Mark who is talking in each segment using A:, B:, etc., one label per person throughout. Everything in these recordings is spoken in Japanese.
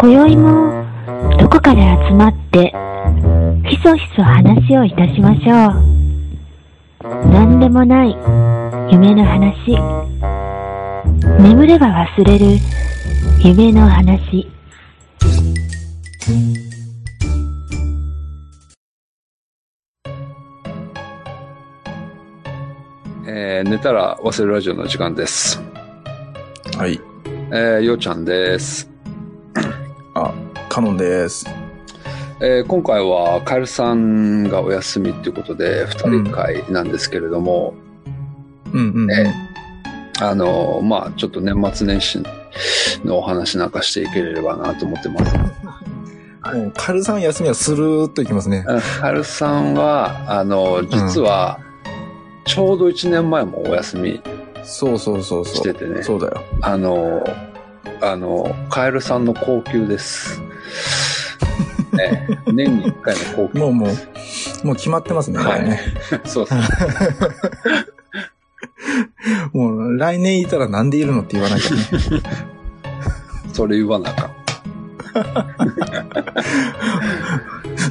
A: 今宵もどこかで集まってひそひそ話をいたしましょう何でもない夢の話眠れば忘れる夢の話
B: えー寝たら忘れるラジオの時間です。
C: はい。
B: えー、ようちゃんです。
C: あ、カノンです。
B: えー今回はカエルさんがお休みということで、二人会なんですけれども、
C: うんうんうん。
B: えあのーまあちょっと年末年始のお話なんかしていければなと思ってます。
C: もうカルさん休みはスルーっといきますね。
B: あカエルさんは、あのー実は、ちょうど1年前もお休み
C: そうそうそうそう。
B: しててね
C: そうだよ。
B: あの、あの、カエルさんの高級です。ね、年に1回の高級。
C: もうもう、もう決まってますね。
B: はい
C: これね
B: そうそう。
C: もう来年いたらなんでいるのって言わなきゃね。
B: それ言わなあかん。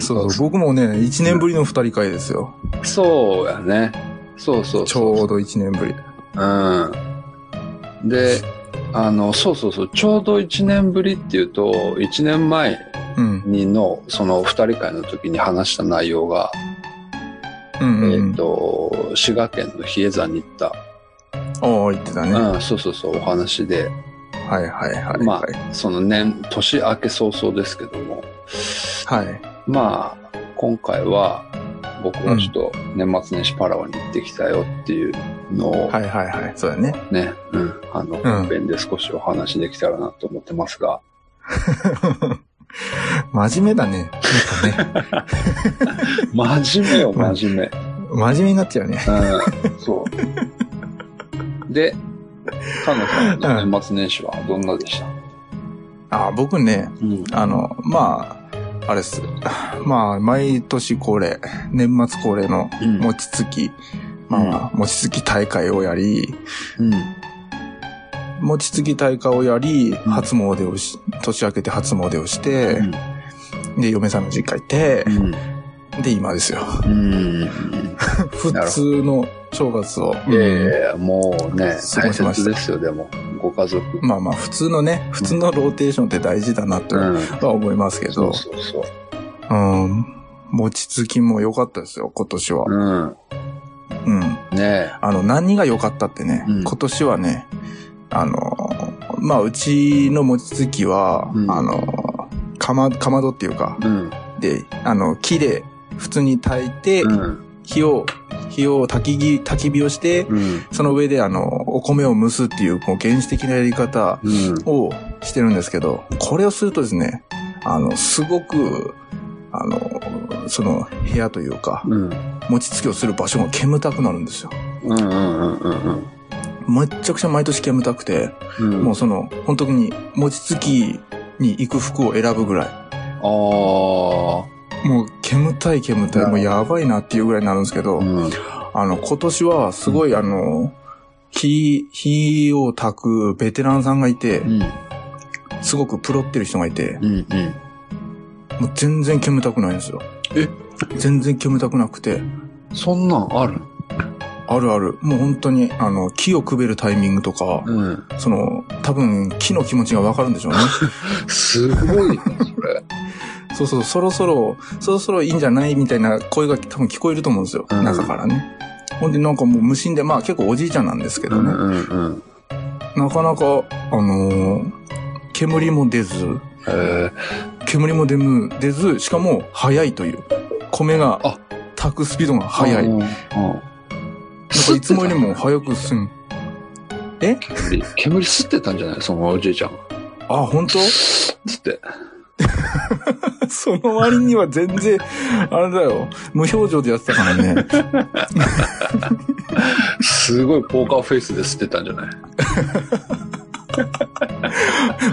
C: そうそう。僕もね、1年ぶりの二人会ですよ。
B: そうやね。そうそう
C: ち
B: そう。
C: ょうど1年ぶり。
B: うん。で、あの、そうそうそう。ちょうど1年ぶりっていうと、1年前
C: うん。
B: にの、その2人会の時に話した内容が、
C: うんうん、
B: えっ、
C: うん。
B: と、滋賀県の比叡山に行った、
C: ああ、言ってたね。はい
B: うん、そうそうそう、お話で、
C: はいはいはい。
B: まあ、その年、年明け早々ですけども、
C: はい。
B: まあ、今回は、僕はちょっと年末年始パラオに行ってきたよっていうのを
C: はいはいはい。そうだね。
B: ね、うん、あの、本編で少しお話できたらなと思ってます が、
C: 真面目だね。なんかね。
B: 真面目よ、真面目。
C: 真面目になっちゃうね。
B: うん、そう。で、カノさんの年末年始はどんなでした
C: ああ、僕ね、
B: うん。
C: あの、まあ、あれっす。 まあ、毎年恒例、年末恒例の
B: うん
C: 餅つき、まあ、餅つき大会をやり、
B: うん。
C: 餅つき大会をやり、
B: ん
C: 初詣をし、年明けて初詣をして、で、嫁さんの実家行って
B: う、ん。
C: で、今で すよ。
B: うん。
C: 普通の正月を。
B: いやいやいや、もうね、
C: 過
B: 大
C: ごしまし
B: 切
C: た
B: ですよ、でも、ご家族。
C: まあまあ、普通のね、普通のローテーションって大事だなとは
B: うん。
C: 思いますけ
B: そ
C: ど
B: う、そうそう。
C: うん、餅つきも良かったですよ、今年は。
B: うん。
C: うん。
B: ね
C: あの、何が良かったってね、
B: うん
C: 今年はね、あの、まあ、うちの餅つきは、
B: うん
C: あの、かま、かまどっていうか
B: え。、うん。
C: で、あの、木で普通に炊いて、
B: うん。
C: 火を、火を焚きぎ、焚き火をして、
B: うん。
C: その上であの、お米を蒸すっていう、こう、原始的なやり方
B: うん。
C: をしてるんですけど、これをするとですね、あの、すごく、あの、その部屋というか、
B: うん。
C: 餅つきをする場所が煙たくなるんですよ。
B: うん。うん。うん。
C: めっちゃくちゃ毎年煙たくて、
B: うん。
C: もうその、本当に餅つきに行く服を選ぶぐら
B: あ
C: い、もう煙たい煙たい、
B: うん
C: もうやばいなっていうぐらいになるんですけど、
B: あ。うん。
C: あの、今年はすごいあの、火、火を焚くベテランさんがいて
B: う、ん。
C: すごくプロってる人がいて、
B: うん。うん。
C: もう全然煙たくないんですよ。
B: え
C: 全然煙たくなくて、
B: そんなんある
C: あるある、もう本当に、あの、木をくべるタイミングとか、
B: うん。
C: その、多分木の気持ちがわかるんでしょうね。
B: すごいな、それ。
C: そうそう、そろそろ、そろそろいいんじゃないみたいな声が多分聞こえると思うんですよ。
B: うん
C: 中からね。ほんでなんかもう無心で、まあ結構おじいちゃんなんですけ
B: う
C: ど
B: ん。
C: ね。
B: うん。
C: なかなか、あのー煙も出ず、
B: え
C: 煙も出む出ず、しかも早いという。米が
B: あ、
C: 炊くスピードが早い。
B: う
C: なん
B: ん。
C: かいつもよりも早く進む。
B: 煙、煙吸ってたんじゃないそのおじいちゃんが。
C: あ、本当
B: つって。
C: その割には全然、あれだよ。無表情でやってたからね。
B: すごいポーカーフェイスで吸ってたんじゃない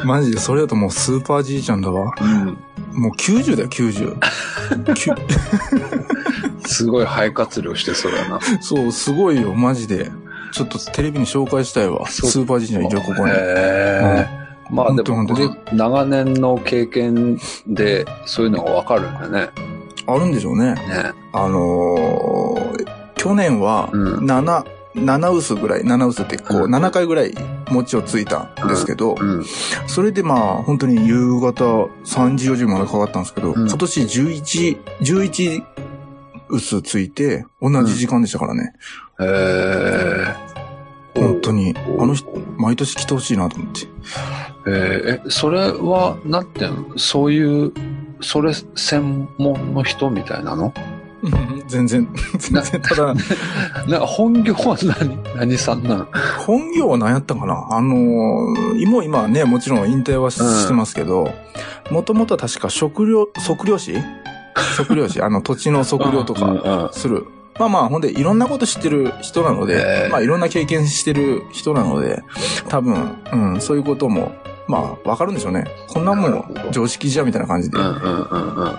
C: マジで、それだともうスーパーじいちゃんだわ。
B: うん。
C: もう90だよ、90。きゅ
B: すごい肺活量してそうやな。
C: そう、すごいよ、マジで。ちょっとテレビに紹介したいわ。
B: そう
C: スーパージーちゃん、一応ここに。
B: へえ。まあでも
C: 本当本
B: 長年の経験でそういうのがわかるんだね。
C: あるんでしょうね。
B: ね。
C: あのー去年は
B: うん
C: 7、7薄ぐらい、7薄ってこう、
B: うん
C: 7回ぐらい餅をついたんですけど、
B: うん。
C: それでまあ、本当に夕方3時、4時までかかったんですけど、
B: うん
C: 今年11、11薄ついて、同じ時間でしたからね。
B: へえ。
C: 本当に、あの人、
B: お
C: 毎年来てほしいなと 思って。
B: えーえ、それは、なんていうのそういう、それ専門の人みたいなの
C: 全然、全然、ただ、
B: なんか本業は何、 何さんなの
C: 本業は何やったかなあのー、今今はね、もちろん引退はし
B: うん
C: してますけど、もともとは確か食料、測量士測量士あの、土地の測量と
B: うん
C: か
B: うん
C: する。まあまあ、ほんで、いろんなこと知ってる人なので
B: え、え
C: まあ、いろんな経験してる人なので、多分、うん、そういうことも、まあ、わかるんでしょうね。こんなも
B: なるほ
C: ん
B: ど
C: 常識じゃ、みたいな感じで
B: う。んうんうんうん。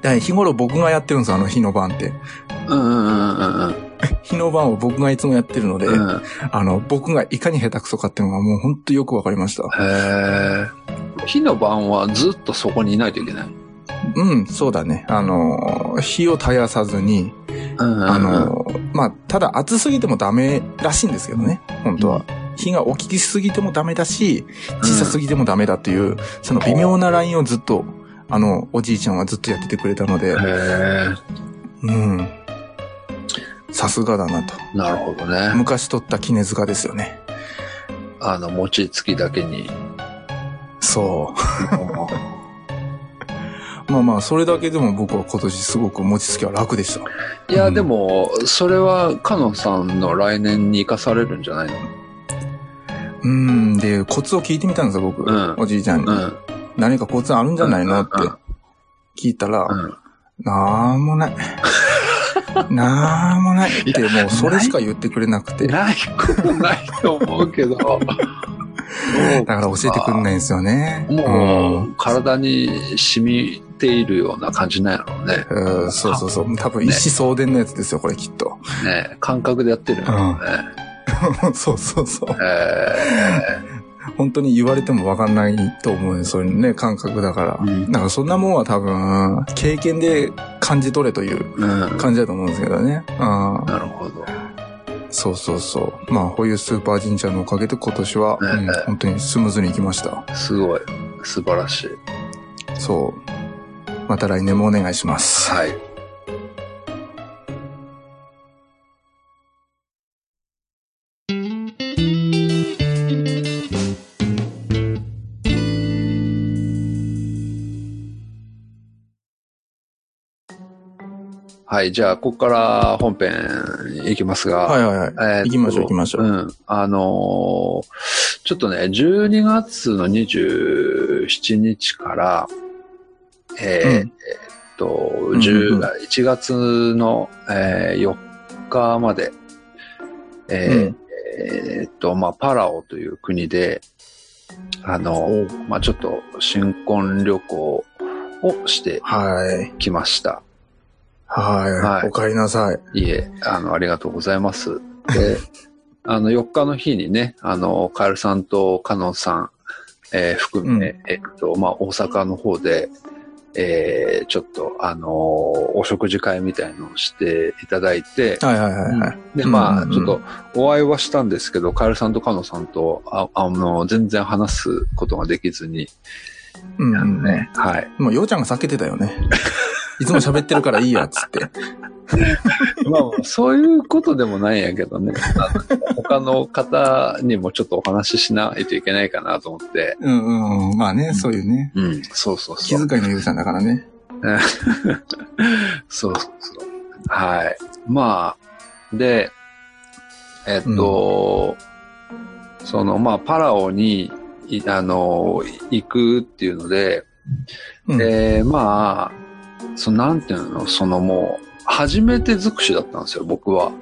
C: で日頃僕がやってるんですよ、あの、日の晩って。
B: うんうんうんうん
C: 日の晩を僕がいつもやってるので、
B: うん。うん
C: あの、僕がいかに下手くそかっていうのがもうほんとよくわかりました。
B: へえ。火の晩はずっとそこにいないといけない。
C: うん、そうだね。あのー、火を絶やさずに、
B: うんうんうん
C: あのー、まあ、ただ暑すぎてもダメらしいんですけどね、本当は。火が大ききすぎてもダメだし、小さすぎてもダメだっていう、その微妙なラインをずっと、あの、おじいちゃんはずっとやっててくれたので、
B: へ
C: うん。さすがだなと。
B: え。なるほどね。
C: 昔取った絹塚ですよね。
B: あの、餅つきだけに。
C: そ
B: うん
C: う。まあまあ、それだけでも僕は今年すごく餅つきは楽でした。
B: いや、でも、それは、かのさんの来年に生かされるんじゃないの
C: うん、で、コツを聞いてみたんですよ、僕。
B: うん
C: おじいちゃんに。
B: うん。
C: 何かコツあるんじゃないのって聞いたら、
B: うん。
C: なんも ない。なんもないって、もうそれしか言ってくれなくて。だ
B: ないことないと思うけ ど。だ
C: から教えてくんないんですよね。
B: も
C: ん
B: う、体に染みているような感じなんやろうね。
C: うん、そうそうそう。多分一子相伝のやつですよ、これきっと。
B: ね感覚でやってるよね。
C: そうそうそう。
B: え
C: 本当に言われてもわかんないと思うよ、そういうね、感覚だから。
B: うん
C: だからそんなもんは多分、経験で感じ取れという
B: ーうん。
C: 感じだと思うんですけどね。うん
B: なるほど。
C: そうそうそう。まあ、こういうスーパー神社のおかげで今年は、
B: ええ
C: うん本当にスムーズに行きました。
B: すごい。素晴らしい。
C: そう。また来年もお願いします。
B: はい。はい、じゃあ、ここから本編いきますが。
C: はいはいはい。
B: えーっと
C: 行きましょう行きましょう
B: うん。あのーちょっとね、12月の27日から、えー
C: うん
B: えーっと、
C: ん
B: 10が1月の、えー4日まで、えー
C: うん
B: えーっと、まあ、パラオという国で、あのーまあ、ちょっと新婚旅行をして
C: はい。
B: きました。
C: はい。
B: はい
C: お帰りなさい。
B: いえ、あの、ありがとうございます。で、 あの、4日の日にね、あの、カエルさんとカノンさん、えー含め、
C: う
B: えっと、まあ、大阪の方で、えーちょっと、あのーお食事会みたいのをしていただいて、
C: はいはいはいはい。
B: で、
C: う
B: まあ、
C: んうん
B: ちょっと、お会いはしたんですけど、カエルさんとカノンさんと、ああの、全然話すことができずに、
C: うんうん。
B: ね、はい。
C: もう、ようちゃんが避けてたよね。 いつも喋ってるからいいや、つって。
B: まあ、そういうことでもないんやけどね。あの他の方にもちょっとお話ししないといけないかなと思って。
C: うんうんうん。まあね、そういうね。
B: うん、そうそう
C: 気
B: そう。
C: 遣いのようちゃんだからね。
B: そうそうそう。はい。まあ、で、えっと、その、まあ、パラオに、いあの、行くっていうので、
C: うん。
B: で、まあ、その、なんていうの、そのもう、初めて尽くしだったんですよ、僕は。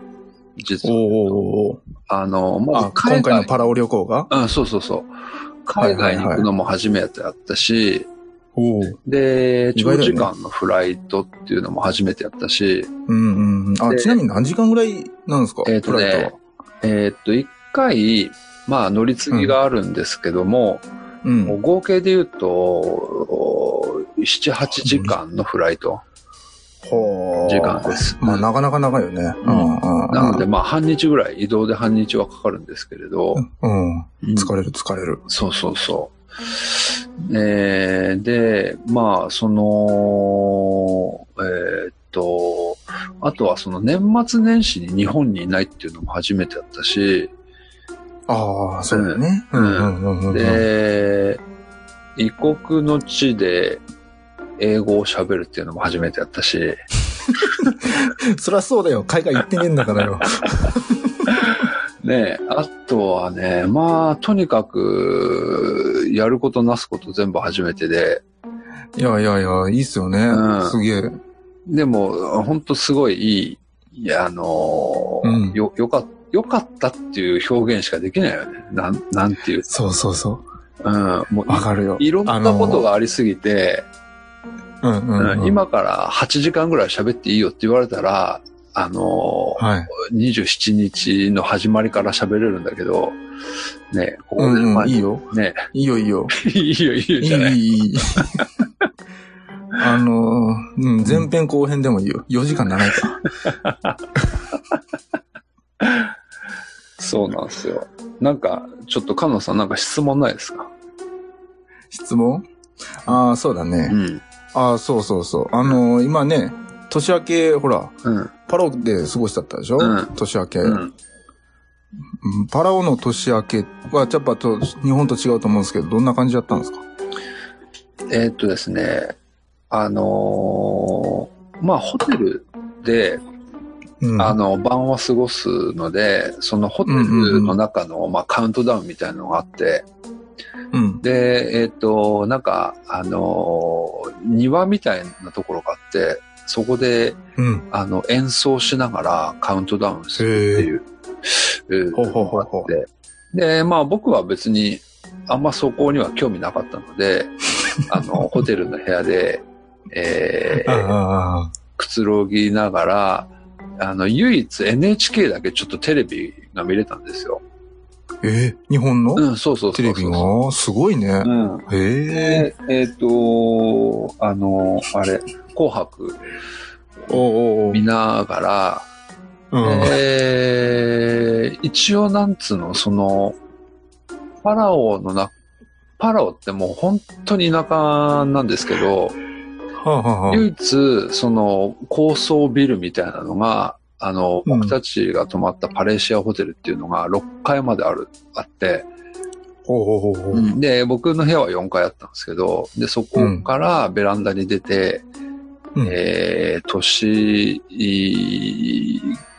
B: 実
C: おー
B: は。
C: おーおー
B: あの、もう
C: あ、
B: 海
C: 今回
B: 外
C: のパラオ旅行が
B: あそうそうそう。海外に行くのも初めてやったし、
C: おお。うん
B: で、
C: 意
B: 長
C: 外だよね
B: 時間のフライトっていうのも初めてやったし、
C: うんうん。あ、
B: で
C: ちなみに何時間ぐらいなんですか
B: えーとね
C: フライトは
B: えーっと、一回、まあ乗り継ぎがあるんですけども、
C: うう。
B: もうん合計で言うと、7、8時間のフライト
C: ほー
B: 時間です。
C: まあ、なかなか長いよね。うん。うん。
B: なので、まあ、半日ぐらい、移動で半日はかかるんですけれど、
C: うん。疲
B: れ
C: れる疲れる。
B: そうそうそう。えーで、まあ、その、えーっと、あとはその年末年始に日本にいないっていうのも初めてだったし、
C: ああ、そうだよね。うんうんうんうんうん。
B: で、異国の地で英語を喋るっていうのも初めてだったし、
C: そりゃそうだよ。海外行ってねえんだから よ。
B: ねえ、あとはね、まあ、とにかく、やることなすこと全部初めてで、
C: いやいやいや、いいっすよね
B: うん。
C: すげえ。
B: でも、ほんとすごいいい、いや、あのー
C: うん
B: よ、よかった。よかったっていう表現しかできないよね。なん、なんていう。
C: そうそうそ
B: う
C: う。
B: ん。もう
C: わかるよ。
B: い、いろんなことがありすぎて、
C: うんう
B: うん
C: んうん。
B: 今から8時間ぐらい喋っていいよって言われたら、あのー
C: はい。
B: 27日の始まりから喋れるんだけど、ね、ここ
C: う
B: で、
C: ん
B: ま
C: う
B: あ
C: ん。いいよ。
B: ね、
C: いいよいいよ。
B: いいよいいよ
C: いい
B: じゃない。
C: い いいい。あのー、うん、前編後編でもいいよ。4時間長いか。
B: そうなんですよ。なんか、ちょっとカノンさんなんか質問ないですか
C: 質問ああ、そうだ
B: う
C: ね。
B: ん。
C: ああ、そうそうそう。あのー、今ね、年明け、ほら、
B: うん。
C: パラオで過ごしちゃったでしょ
B: うん
C: 年明け。
B: うん。
C: うんパラオの年明けは、やっぱと、日本と違うと思うんですけど、どんな感じだったんですか
B: えーっとですね、あのーまあ、ホテルで、
C: うん。
B: あの、晩は過ごすので、そのホテルの中の、まあ、カウントダウンみたいなのがあって、
C: うん。
B: で、えーっと、なんか、あのー庭みたいなところがあって、そこで、
C: うん。
B: あの、演奏しながらカウントダウンするっていう、
C: ほうほうほうほう
B: でで、まあ僕は別にあんまそこには興味なかったの で、あの、ホテルの部屋で、え
C: ああ
B: ー、
C: ああ、
B: くつろぎながら、あの、唯一 NHK だけちょっとテレビが見れたんですよ。
C: えー日本の
B: うん、そうそうそうそう。
C: テレビがすごいね
B: う。ん。
C: へえ。
B: で、えっ、と、あの、あれ、紅白
C: おうおうおう
B: 見ながら、
C: うん。
B: えー一応なんつうの、その、パラオのな、パラオってもう本当に田舎なんですけど、
C: はあはあはあ
B: 唯一、その、高層ビルみたいなのが、あの、
C: うん
B: 僕たちが泊まったパレーシアホテルっていうのが6階まである、あって、
C: ほうほうほうほう。
B: で、僕の部屋は4階あったんですけど、で、そこからベランダに出て、
C: うん
B: えー年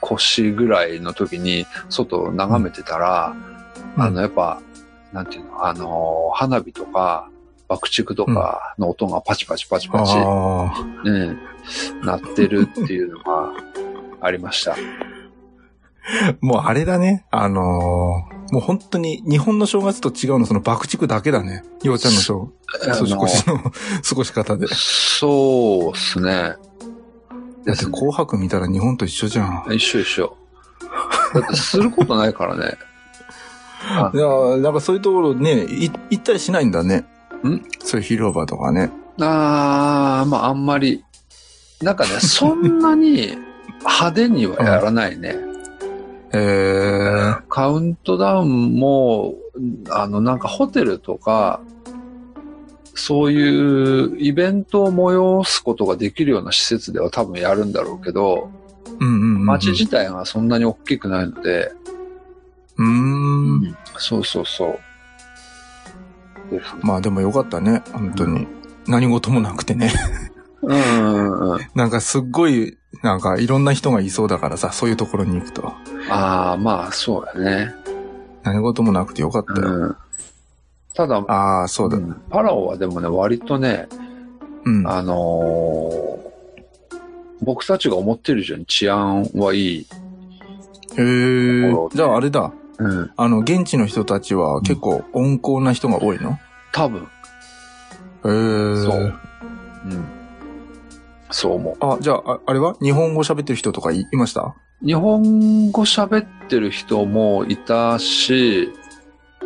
B: 越しぐらいの時に外を眺めてたら、
C: うん
B: あの、やっぱ、なんていうの、あの、花火とか、爆竹とかの音がパチパチパチパチ、
C: ああ。
B: うん、鳴ってるっていうのがありました。
C: もうあれだね。あのーもう本当に日本の正月と違うのその爆竹だけだね。ようちゃんの正 年
B: あの
C: 越しの過ごし方で。
B: そうですね。
C: だって紅白見たら日本と一緒じゃん。
B: 一緒一緒。だってすることないからね。 あ
C: いやーなんかそういうところね、い行ったりしないんだね。
B: ん
C: そういう広場とかね。
B: あー、まああんまり。なんかね、そんなに派手にはやらないね。
C: えー、
B: カウントダウンも、あの、なんかホテルとか、そういうイベントを催すことができるような施設では多分やるんだろうけど、
C: うんうんうんうん。
B: 街自体がそんなに大きくないので、
C: うーん。
B: そうそうそう。ですね
C: まあでもよかったね。本当に。何事もなくてね。
B: うんうんうん。
C: なんかすっごい、なんかいろんな人がいそうだからさ、そういうところに行くと。
B: ああ、まあ、そうだね。
C: 何事もなくてよかったよ。
B: うん。ただ、
C: ああ、そうだ。
B: うんパラオはでもね、割とね、
C: うん。
B: あのー僕たちが思ってる以上に治安はいい。
C: へえ。じゃああれだ。
B: うん。
C: あの、現地の人たちは結構温厚な人が多いの、
B: 多分。
C: へえ。
B: そう。うん。そう思
C: あ、じゃあ、ああれは日本語喋ってる人とかいいました
B: う。日本語喋ってる人もいたし、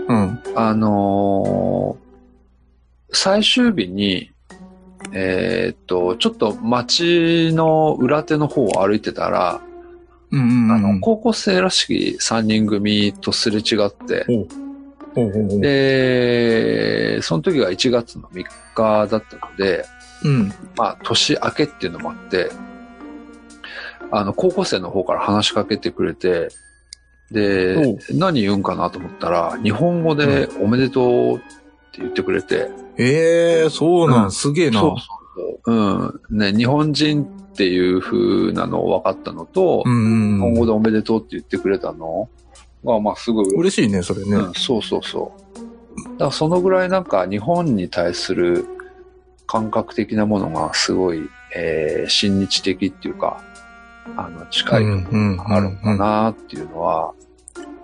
C: うん。
B: あの最終日に、えーっと、ちょっと街の裏手の方を歩いてたら、
C: うんうんうん。
B: あの、高校生らしき3人組とすれ違って、
C: ほうほうほう
B: で、その時が1月の3日だったので、
C: うん。
B: まあ、年明けっていうのもあって、あの、高校生の方から話しかけてくれて、
C: お
B: で
C: う、
B: 何言うんかなと思ったら、日本語でおめでとうって言ってくれて、
C: ええそう
B: う
C: な
B: ん
C: ん、すげえな。
B: そうそうそう。うん。ね、日本人っていう風なのを分かったのと、
C: う
B: 日
C: んう
B: 本
C: んう
B: 語
C: ん。
B: でおめでとうって言ってくれたのが、まあ、すごい
C: 嬉しいね、それね。
B: うん、そうそうそう。だからそのぐらいなんか日本に対する感覚的なものがすごい、えー親日的っていうか、あの、近い
C: うんうん
B: あるのかなっていうのは、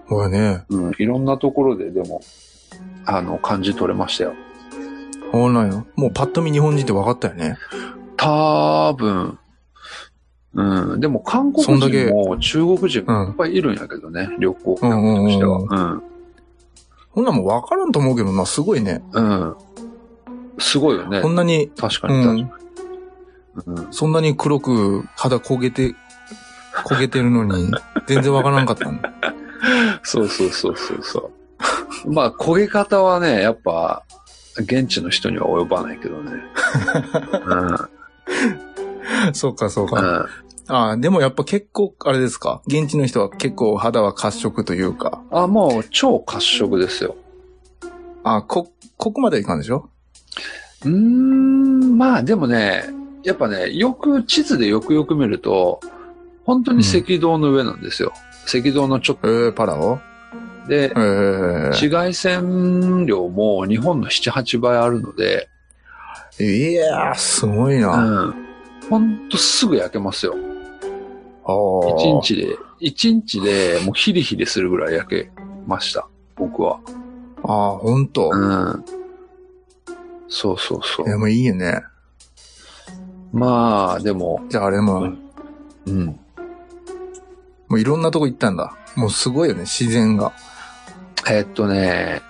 C: ほらね。
B: うん、いろんなところででも、あの、感じ取れましたよ。
C: ほらよ。もうパッと見日本人って分かったよね。
B: 多分、うん、でも韓国
C: そんだけ
B: 人も中国人
C: う
B: もい
C: ん
B: っ。ぱいいるんやけどね、旅行客
C: うんうんうん
B: としては。
C: ほんならもう分からんと思うけどな、すごいね。
B: うん、うん。すごいよね
C: こ。んなに、
B: 確か
C: う
B: に確かに
C: ん。。
B: うん
C: そんなに黒く肌焦げて、焦げてるのに、全然分からんかったの。
B: そうそうそうそうそう。まあ、焦げ方はね、やっぱ、現地の人には及ばないけど ね。うん、
C: そうか、そう
B: う
C: か。
B: ん。
C: ああ、でもやっぱ結構、あれですか。現地の人は結構肌は褐色というか。
B: あ、もう超褐色ですよ。
C: あこ、ここまではいかんでしょ
B: うーん、まあでもね、やっぱね、よく、地図でよくよく見ると、本当に赤道の上なんですよ。赤道のちょっ
C: ええパラオ
B: とで
C: ええ、
B: 紫外線量も日本の7、8倍あるので、
C: いやー、すごいうな。
B: ん。ほんとすぐ焼けますよ。
C: ああ。
B: 一日で、一日でもうヒリヒリするぐらい焼けました。僕は。
C: ああ、ほんと。
B: うん。そうそうそ
C: で
B: う。
C: もいいよね。
B: まあ、でも、
C: じゃああれも、
B: うんうん。
C: もういろんなとこ行ったんだ。もうすごいよね、自然が。
B: えっとね、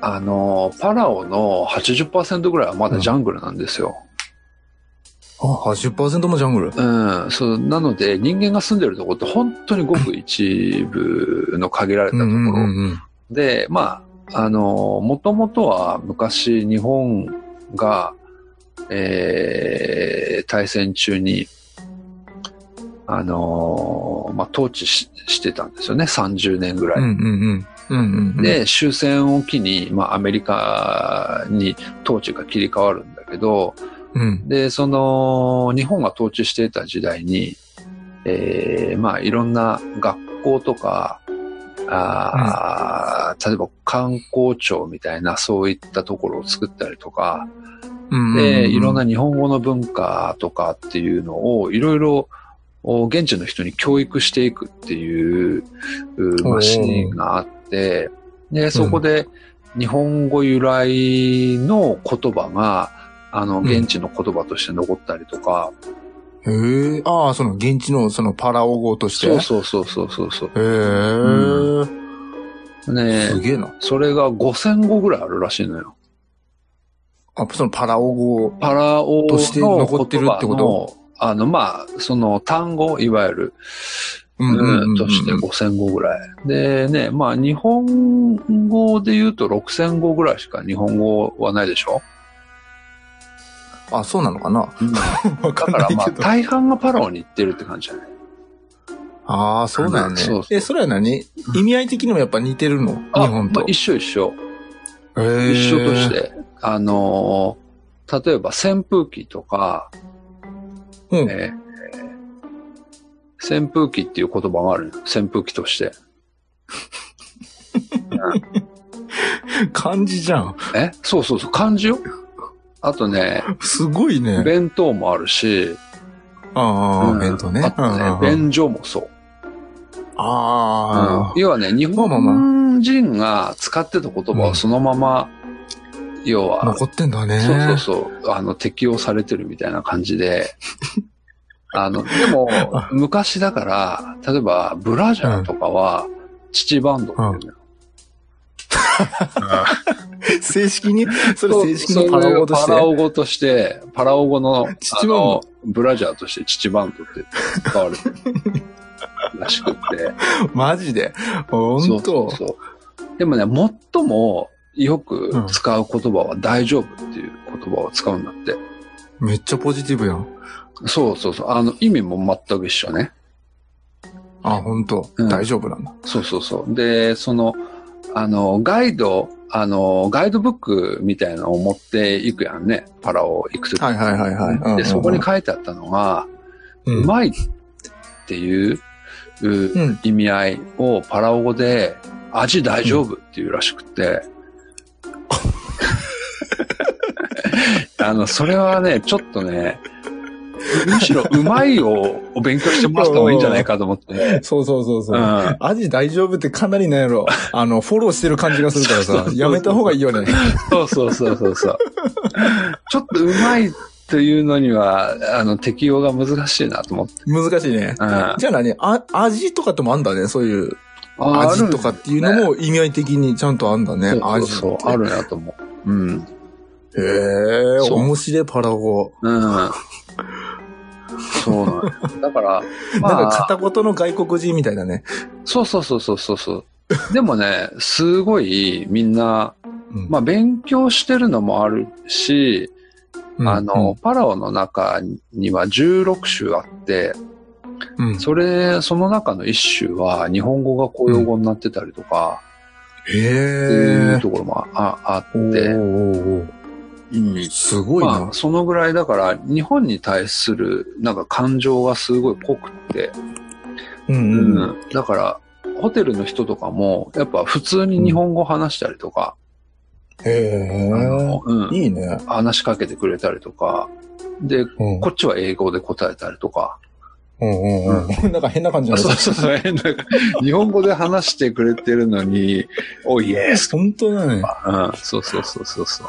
B: あの、パラオの80%ぐらいはまだジャングルなんですよ。
C: あ、80%もジャングル。
B: うん。そう、なので人間が住んでるとこって本当にごく一部の限られた
C: う
B: と
C: ん
B: ころ。
C: うんうんうん。
B: で、まあ、あの、もともとは昔日本が、えー、大戦中に、あのまあ、統治ししてたんですよね、30年ぐらい。
C: うんうんうん。うんうんうん。、
B: で、終戦を機に、まあ、アメリカに統治が切り替わるんだけど、
C: うん。
B: で、その、日本が統治していた時代に、えーまあ、いろんな学校とか、あー例えば観光庁みたいな、そういったところを作ったりとか、
C: うんうん
B: で、いろんな日本語の文化とかっていうのを、いろいろ、お現地の人に教育していくっていう、うま
C: おー
B: あ、シーンがあって、で、そこで日本語由来の言葉が、あの、
C: うん
B: 現地の言葉として残ったりとか、
C: へえ、ああ、その現地のそのパラオ語として。。
B: そうそうそうそうそうそう
C: へえ、
B: う。ね
C: すげえな。
B: それが5000語ぐらいあるらしいのよ。
C: あ、そのパラオ語。
B: パラオの
C: として残ってるって
B: 言
C: こと
B: 葉のあの、まあ、その単語、いわゆる、
C: う
B: うん、として5000語ぐらい。でね、まあ、日本語で言うと6000語ぐらいしか日本語はないでしょ、
C: あ、そうなのかな
B: だ
C: わか
B: か
C: んな
B: ら
C: い
B: まあ、
C: けど。
B: 大半がパラオに行ってるって感じじゃない
C: ああ、そうなんね。
B: そうそう
C: え、それは何意味合い的にもやっぱ似てるの日
B: あ
C: 本
B: ま
C: と
B: あ。一緒一緒。
C: 一
B: 一緒とし。て。あのー例えば扇風機とか、
C: うん。
B: えーえー扇風機っていう言葉があるよ扇風機として。
C: 漢字じゃん。
B: えそうそうそう、漢字よ。あとね、
C: すごいね。
B: 弁当もあるし、
C: あ
B: う
C: あ、
B: ん
C: 弁当ね。
B: あと
C: うんうんう
B: ね
C: ん、
B: 便所もそう。
C: ああ、
B: 要はね、日
C: まあまあ
B: 本人が使ってた言葉をそのまま、要は、
C: 残ってんだね。
B: そうそうそう、あの、適用されてるみたいな感じ で、あの、でも、昔だから、例えば、ブラジャーとかは、父バンドっていうのよ
C: 正式に、それ正式にパラオ語とし
B: パラ
C: て。
B: オ語として、パラオ語の、
C: 父バンド
B: あのブラジャーとしてチチバンドって使われてるらしくて。
C: マジで。本
B: そ
C: 当
B: うそうそうでもね、最もよく使う言葉は大丈夫っていう言葉を使うんだって。
C: めっちゃポジティブやん。
B: そうそうそう。あの、意味も全く一緒ね。
C: あ、本当、
B: うん
C: 大丈夫なんだ。
B: そうそうそう。で、その、あの、ガイド、あの、ガイドブックみたいなのを持っていくやんね。パラオ行くとき
C: はいはいはいはいうんうんうん
B: で、そこに書いてあったのが、
C: う
B: うまいっていう、う
C: うん
B: 意味合いをパラオ語で、味大丈夫っていうらしくて。あの、それはね、ちょっとね、むしろうまいをお勉強してもらった方がいいんじゃないかと思って。
C: そうそうそうそうう。
B: ん。
C: アジ大丈夫ってかなりなんやろ。あの、フォローしてる感じがするか
B: そ
C: ら
B: うそう
C: さ
B: そ、う
C: やめた方がいいよね。
B: そうそうそうそうそう。ちょっとうまいというのには、あの、適用が難しいなと思って。
C: 難しいね。
B: うん。あ
C: じゃあ何あ、味とかってもあんだね。そういう、味とかっていうのも意味合い的にちゃんとあんだね。
B: あるんだね。
C: 味。
B: そうそうそう、あるなと思う。うん。
C: へえ、
B: そう
C: 面白いパラゴ。
B: うん。そうなんだから、
C: なん
B: まあ、
C: か片言の外国人みたいだね。
B: そうそうそうそうそうそう。でもね、すごいみんな、
C: うん
B: まあ勉強してるのもあるし、
C: うん
B: あの、、パラオの中には16種あって、
C: うんうん
B: それ、その中の一種は日本語が公用語になってたりとか、ってい
C: へ
B: う
C: え。
B: ところもあああ
C: お
B: っ
C: ー
B: て、
C: おーおー
B: うん
C: すごい
B: ま
C: な
B: あ、。そのぐらいだから、日本に対する、なんか感情がすごい濃くって、
C: うん
B: う
C: うん。
B: ん、だから、ホテルの人とかも、やっぱ普通に日本語話したりとか、
C: へ
B: あ
C: え
B: の。うん
C: いいね。
B: 話しかけてくれたりとか、で、
C: うん
B: こっちは英語で答えたりとか、
C: うんうんうん。なんか変な感じ
B: あ
C: に
B: そ
C: な
B: う
C: る。
B: そうそう、変な 日本語で話してくれてるのに、おいえ、
C: 本当だね。
B: うん、そうそうそうそうそう。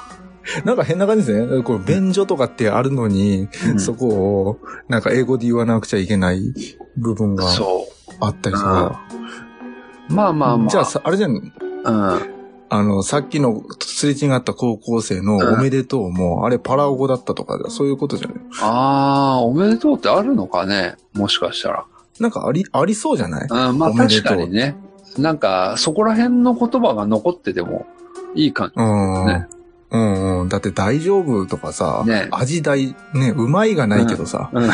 C: なんか変な感じですね。こう、便所とかってあるのに、
B: うん
C: そこを、なんか英語で言わなくちゃいけない部分が
B: そ
C: あったりとか。
B: う。まあまあまあ。
C: じゃあさ、あれじゃん。
B: うん。あ
C: あの、さっきのすれ違った高校生のおめでとうも、あれパラオ語だったとか、そういうことじゃない
B: あー、おめでとうってあるのかねもしかしたら。
C: なんかあり、ありそうじゃない
B: うん、まあ
C: おめで
B: 確
C: とう
B: かにね。なんか、そこら辺の言葉が残っててもいい感じ。
C: うん。
B: ね
C: うんうん。だって大丈夫とかさ、
B: ね
C: 味大、ね、うまいがないけどさ、
B: うん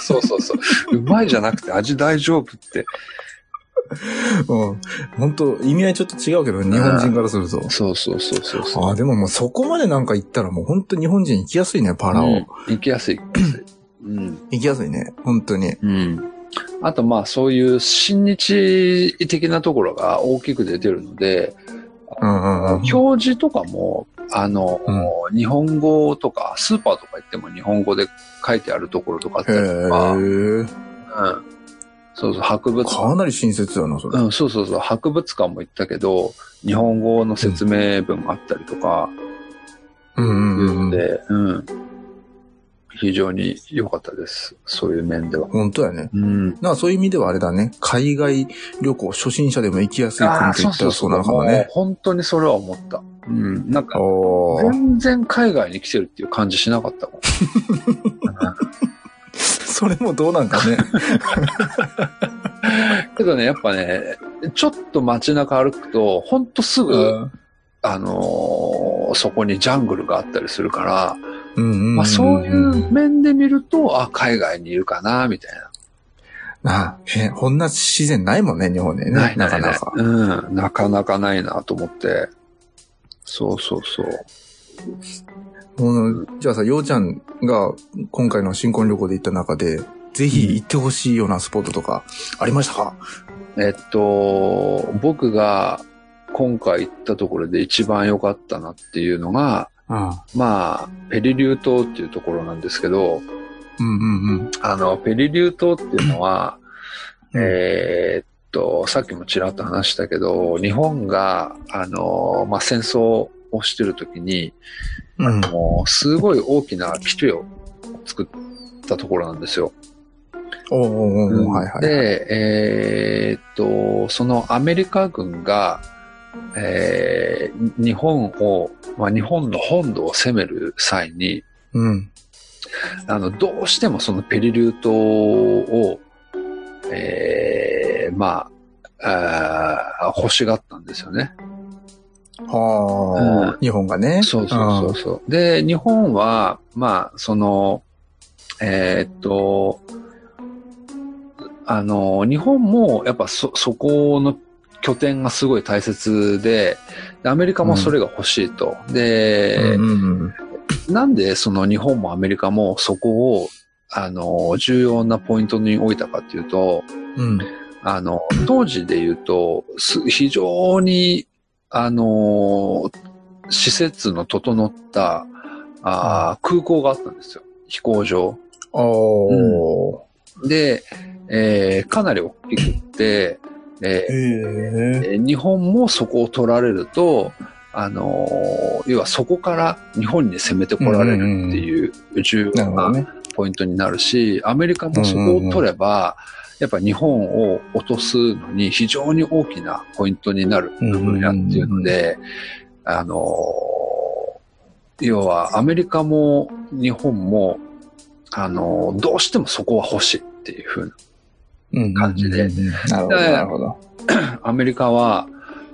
B: そうそう そう。うまいじゃなくて味大丈夫って。
C: うん。本当意味合いちょっと違うけど、日本人からすると。
B: そうそうそうそうそう。
C: ああ、でももうそこまでなんか行ったらもう本当日本人行きやすいね、パラオ。
B: うん行きやすい。 行きやすいうん。
C: 行きやすいね、本当に。
B: うん。あとまあそういう親日的なところが大きく出てるので、
C: うんうんうん。
B: 表示とかも、あの、日本語とか、スーパーとか行っても日本語で書いてあるところとかあっ
C: へ
B: たりとか、うん。
C: え。
B: そうそう、博物館
C: かなり親切だな、それ。
B: うん、そうそうそう、博物館も行ったけど、日本語の説明文もあったりとか、
C: うんうんうん。
B: で、うん。非常に良かったです。そういう面では。
C: 本当やね。
B: うん。
C: なそういう意味ではあれだね。海外旅行、初心者でも行きやすい国といったらそうなのかも
B: もう
C: ね。
B: 本当にそれは思った。うん。なんか、
C: おー
B: 全然海外に来てるっていう感じしなかったもん。
C: それもどうなんか ね。
B: けどね、やっぱね、ちょっと街中歩くと、ほんとすぐ、あのーそこにジャングルがあったりするから、
C: うんうんんん
B: まあ、そういう面で見ると、あ、海外にいるかな、みたいな。
C: なあ、え、こんな自然ないもんね、日本でね。
B: ない
C: な
B: な
C: か
B: いな
C: ないか。
B: うん、なかなかないなと思って。そうそうそう。
C: うんじゃあさ、ようちゃんが今回の新婚旅行で行った中で、ぜひ行ってほしいようなスポットとか、ありましたか
B: えっと、僕が今回行ったところで一番良かったなっていうのが、
C: うん。
B: まあ、ペリリュー島っていうところなんですけど、
C: うんうんうん。
B: あの、ペリリュー島っていうのは、
C: うん
B: えーっと、さっきもちらっと話したけど、日本が、あの、まあ、戦争をしてるときに、
C: うん。
B: もう、すごい大きな基地を作ったところなんですよ。
C: おうおうおうおうはいはい。
B: で、えーっと、そのアメリカ軍が、えー日本を、まあ、日本の本土を攻める際に、
C: うん。
B: あの、どうしてもそのペリリュー島を、えーまあ、あー欲しがったんですよね。
C: はあ、日本がね。
B: そうそうそうそう。で、日本は、まあ、その、えーっと、あの、日本もやっぱそ、そこの拠点がすごい大切で、でアメリカもそれが欲しいと。で、
C: うんうんうん
B: なんでその日本もアメリカもそこを、あの、重要なポイントに置いたかっていうと、
C: うん。
B: あの、当時で言うと、す非常に、あの、施設の整ったあー空港があったんですよ。飛行場。
C: おー。
B: で、えーかなり大きくって、えー
C: へえ。
B: えー日本もそこを取られると、あの要はそこから日本に攻めてこられるっていう重要
C: なるほど
B: な
C: ね。
B: ポイントになるし、アメリカもそこを取れば、やっぱ日本を落とすのに非常に大きなポイントになる分野っていうので、あのー要はアメリカも日本も、あのーどうしてもそこは欲しいっていう風な感じで
C: うんうんうん。なるほど、なるほど。
B: アメリカは、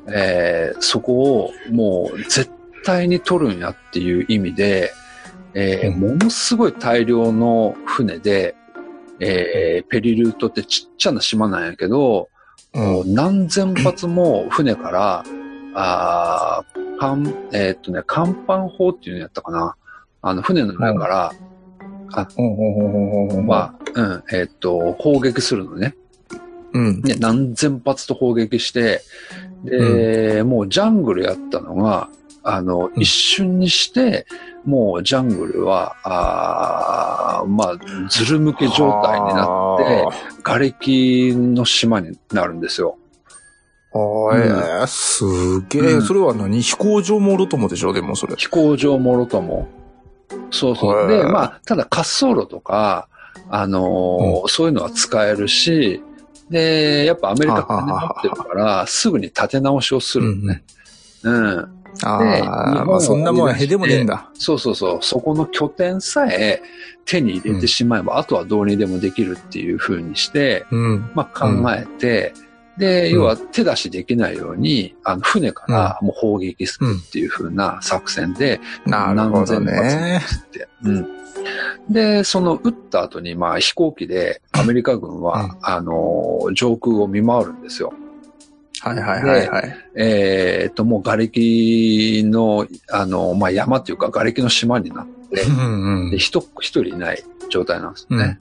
B: えーそこをもう絶対に取るんやっていう意味で、えー
C: うん
B: ものすごい大量の船で、えーペリルートってちっちゃな島なんやけど、
C: うん
B: 何千発も船から、あー甲えーっとね、甲板砲っていうのやったかな。あの、船の上から、
C: ほうほうほうほうほう
B: まあ、うん、えーっと、砲撃するのね。
C: うん。
B: ね、何千発と砲撃して、で、もうジャングルやったのが、あの、
C: うん
B: 一瞬にして、もうジャングルは、あーまあ、ずる向け状態になっ
C: なって、
B: 瓦礫の島になるんですよ。
C: ああ、えー、すげ
B: う
C: え。
B: ん
C: それは何飛行場もろともでしょでもそれ。
B: 飛行場もろとも。そうそう。
C: へ
B: で、
C: ー
B: まあ、ただ滑走路とか、あのーそういうのは使えるし、で、やっぱアメリカ金持ってるから、すぐに立て直しをするのね。うん。
C: あ
B: で
C: あ、
B: 日本
C: ま
B: を
C: あそんなもんはへでもねえんだ。
B: そうそうそう。そこの拠点さえ手に入れてしまえば、あとはどうにでもできるっていう風にして、
C: うん。
B: まあ考えて、で、
C: うん
B: 要は手出しできないように、あの、船からもう砲撃するっていう風な作戦で、
C: なるほど
B: 何千
C: ね。
B: 発って、うん。で、その撃った後に、まあ飛行機でアメリカ軍は、
C: うん
B: あの、上空を見回るんですよ。
C: はいはいはいはい。
B: えーっと、もう瓦礫の、あの、まあ山というか瓦礫の島になって、
C: うんうん
B: で、一一人いない状態なんですよね。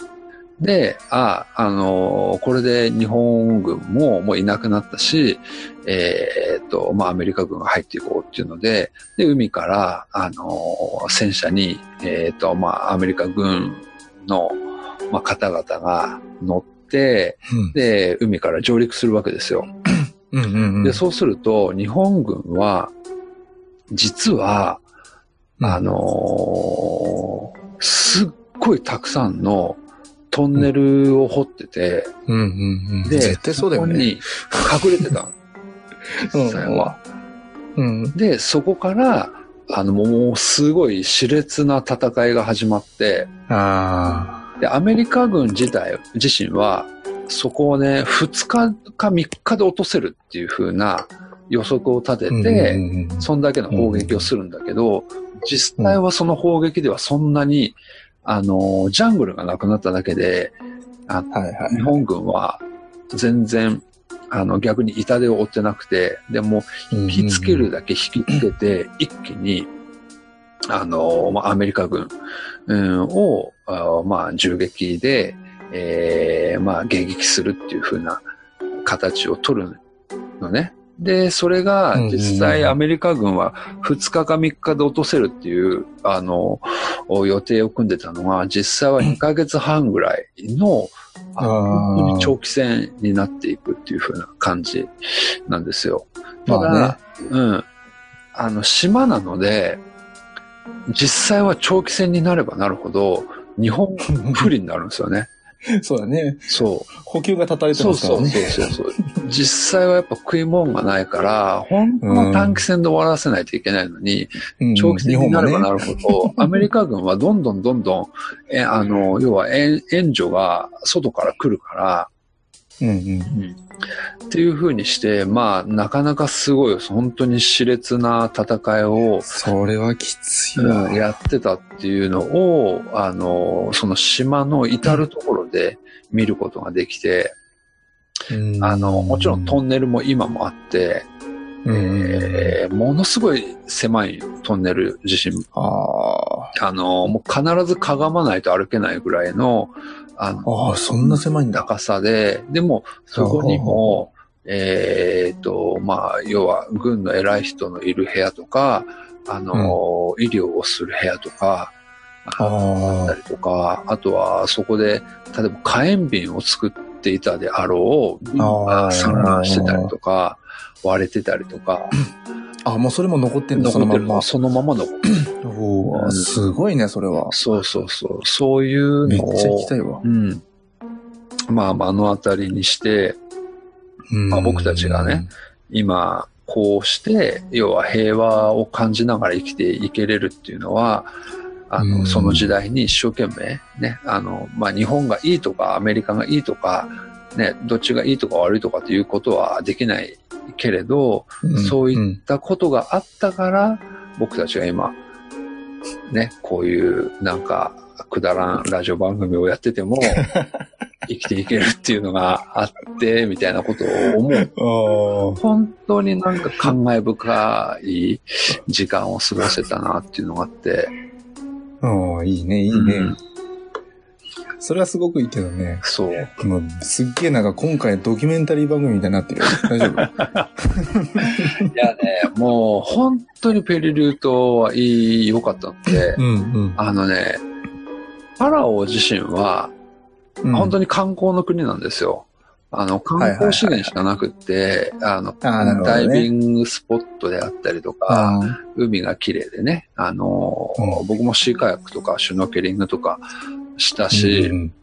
B: で、あ、あのーこれで日本軍ももういなくなったし、えーっと、まあ、アメリカ軍が入っていこうっていうので、で、海から、あのー戦車に、えーっと、まあ、アメリカ軍の、まあ、方々が乗って、で、海から上陸するわけですよ。
C: うんうんうんうん。
B: で、そうすると、日本軍は、実は、
C: うん
B: あ、のーすっごいたくさんのトンネルを掘ってて、
C: うんうんうん。
B: で、
C: 絶対そうだよね。
B: そこに隠れて たの実際は。
C: うん。
B: で、そこから、あの、もうすごい熾烈な戦いが始まって、
C: あ
B: で、アメリカ軍自体、自身は、そこをね、2日か3日で落とせるっていう風な予測を立
C: あ。
B: てて、そんだけの砲撃をするんだけど、実際はその砲撃ではそんなに、あの、ジャングルがなくなっただけで、
C: はいは
B: 日
C: い。
B: 本軍は全然、あの、逆に痛手を負ってなくて、でも、引きつけるだけ引きつけて、一気に、あの、まあ、アメリカ軍、うん、を、あまあ、銃撃で、えーまあ、迎撃するっていう風な形を取るのね。で、それが
C: うんうんうん
B: 実際アメリカ軍は2日か3日で落とせるっていう、あの、予定を組んでたのが、実際は2ヶ月半ぐらいの、あ
C: あー
B: 本当に長期戦になっていくっていう風な感じなんですよ。ただ、
C: まあね
B: うん。あの、島なので、 実際は長期戦になればなるほど、日本不利になるんですよね。
C: そうだね。
B: そう。
C: 補給が立たれて
B: そ
C: ま
B: う
C: すから
B: そ
C: ね。
B: うそうそう。実際はやっぱ食い物がないから、本当の短期戦で終わらせないといけないのに、
C: うん
B: 長期戦
C: 日
B: に
C: 本
B: な
C: も
B: れ
C: ね
B: ばなるほど、アメリカ軍はどんどんどんどん、えあの、要は援援助が外から来るから、
C: うん
B: っていう風にして、まあ、なかなかすごい、本当に熾烈な戦いを
C: うん。、それはきついわ。
B: やってたっていうのを、あの、その島の至るところで見ることができて、
C: うん
B: あの、もちろんトンネルも今もあって、
C: うんうん
B: えーものすごい狭いトンネル自身、
C: あ
B: あの、もう必ずかがまないと歩けないぐらいの、あの
C: あ。、ああ、そんな狭いんだ。
B: 高さで、でも、そこにも、えーっと、まあ、要は、軍の偉い人のいる部屋とか、あの、医療をする部屋とか、あっ
C: あ
B: たりとか、あとは、そこで、例えば火炎瓶を作っていたであろう、瓶
C: あ
B: が
C: ー
B: 散乱してたりとか、割れてたりとか、
C: あ。あ、もうそれも残ってんだ、そ
B: 残
C: の
B: ってる
C: まん
B: の
C: ま
B: が。そのままの、
C: うわすごいね、それは。
B: そうそうそう、そういう
C: めっ
B: の
C: ちゃ行き
B: を
C: た、いわ
B: う。ん。まあ、目の当たりにして、まあ僕たちがね今、こうして、要は平和を感じながら生きていけれるっていうのは、あ
C: う
B: の、
C: ん
B: その時代に一生懸命、ね、あの、まあ、日本がいいとか、アメリカがいいとか、ね、どっちがいいとか悪いとかということはできないけれど、
C: うん、
B: そうい
C: うん
B: だことがあったから、僕たちが今、ね、こういう、なんか、くだらんラジオ番組をやってても、生きていけるっていうのがあって、みたいなことを思う
C: あ
B: 本当になんか感慨深い時間を過ごせたなっていうのがあって。
C: あああ、いいね、いいね。
B: うん
C: それはすごくいいけどね。
B: そう。
C: もうすっげえなんか今回ドキュメンタリー番組みたいになってるよ。大丈夫
B: いやね、もう本当にペリリュートはいい、良かったので、
C: うんうん
B: あのね、パラオ自身は
C: うん。
B: 本当
C: に。
B: に観光の国なんですよ。あの、観光資源しかなくって、あの、
C: あーなるほど
B: ダ
C: ね
B: イビングスポットであったりとか、
C: あ
B: 海が綺麗でね、あの、
C: うん
B: 僕もシーカヤックとかシュノーケリングとかした
C: あ。
B: し、
C: うん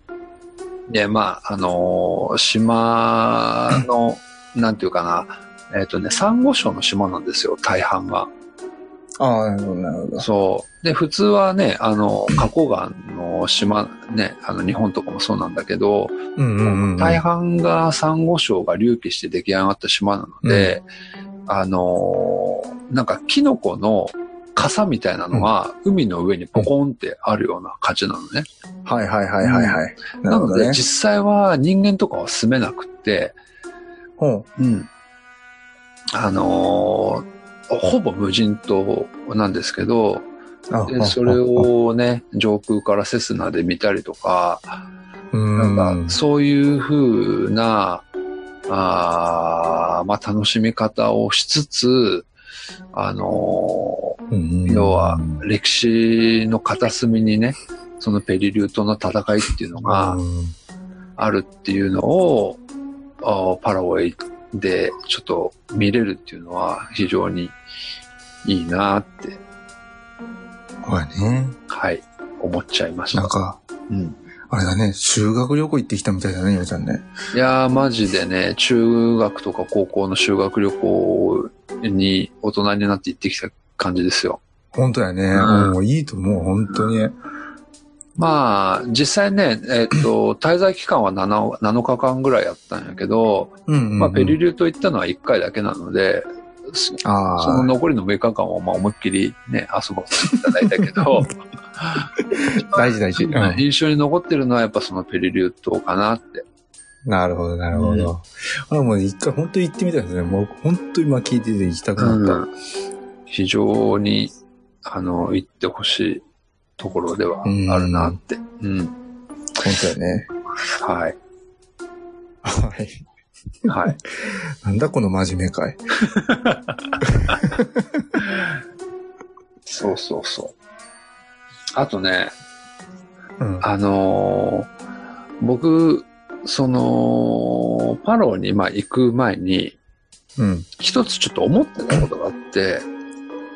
B: で、まあ、あのー島の、なんていうかな、えっ、とね、サンゴ礁の島なんですよ、大半が。
C: ああ、なるほど、なるほど。
B: そう。で、普通はね、あの、花崗岩の島、ね、あの、日本とかもそうなんだけど、
C: うんうんうん。
B: 大半がサンゴ礁が隆起して出来上がった島なので、あのーなんかキノコの傘みたいなのが海の上にポコンってあるような感じなのね。
C: はいはいはいはいはい。
B: な
C: なるほ
B: の
C: ど
B: で、
C: ね。
B: 実際は人間とかは住めなくって、
C: ほ
B: うん。あのーほぼ無人島なんですけど、
C: うあ
B: でそれ、をね、上空からセスナで見たりとか、な
C: なん
B: かそういう風な、あーまあ楽しみ方をしつつ、あのー要は歴史の片隅にね、そのペリリュートの戦いっていうのが、あるっていうのを、あパラオへでちょっと見れるっていうのは非常にいいなって、
C: これね、
B: はい、思っちゃいまし
C: なん
B: た。
C: か、
B: うん、
C: あれだね、修学旅行行ってきたみたいだね、ゆめちゃんね。
B: いやー、マジでね、中学とか高校の修学旅行に大人になって行ってきた感じですよ。
C: 本当やね。
B: うん
C: もういいと思う、本当に。
B: まあ、実際ね、えっ と、滞在期間は 7, 7日間ぐらいやったんやけど、
C: うんうん。
B: まあ、ペリリュート行ったのは1回だけなので、そ
C: あ
B: の
C: あ。
B: 残りの6日間はまあ思いっきりね、遊ばせていただいたけど、
C: 大事大事。うん
B: 印象に残ってるのはやっぱそのペリリュートかなって。
C: なるほど、なるほど。あもう一回本当に行ってみたいですね。もう本当に今聞いてて行きたくなっ
B: 非常に、あの、行ってほしいところではあるなって。うん。
C: た。本当やね。
B: はい。
C: はい。
B: はい。
C: なんだこの真面目会。
B: そうそうそう。あとね、
C: うん。
B: あのー僕、その、パローにまあ行く前に、
C: うん。
B: 一つちょっと思ってたことがあって、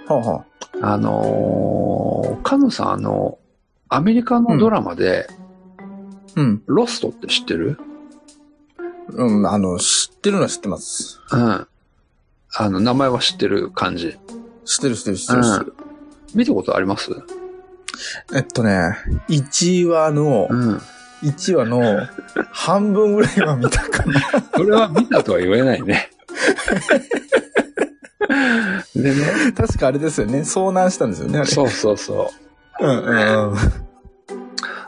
C: はあ、は
B: あのーカヌさん、あの、アメリカのドラマで、
C: あ、うん。
B: ロストって知ってる
C: うん、あの、知ってるのは知ってます。
B: うん。あの、名前は知ってる感じ。
C: 知ってる、知ってる、知ってる。知ってる
B: 見たことあります
C: えっとね、1話の、
B: うん。
C: 1話の半分ぐらいは見 たかな。
B: それは見たとは言えないね。 でね、
C: 確かあれですよね。遭難したんですよね、あれ。
B: そうそうそう。
C: うんうんうん。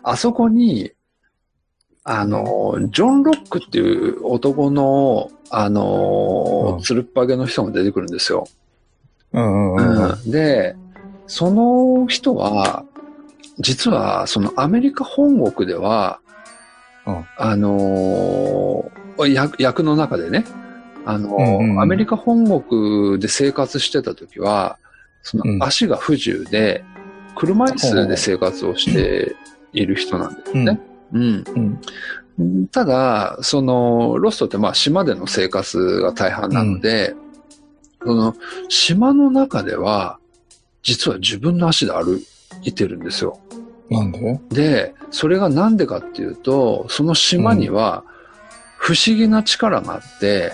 B: あそこに、あの、ジョン・ロックっていう男の、あの、
C: うん
B: つるっぱげの人も出てくるんですよ。
C: うんうんうん。
B: うんで、その人は、実は、そのアメリカ本国では、
C: うん
B: あのー役、役の中でね、あのー
C: うんうんうん
B: アメリカ本国で生活してた時は、そ
C: うん
B: の足が不自由で、車椅子で生活をしている人なんですね。うん。
C: うん。
B: ただ、その、ロストってまあ島での生活が大半なので、その、島の中では、実は自分の足で歩いてるんですよ。
C: なんで
B: で、それがなんでかっていうと、その島には、不思議な力があって、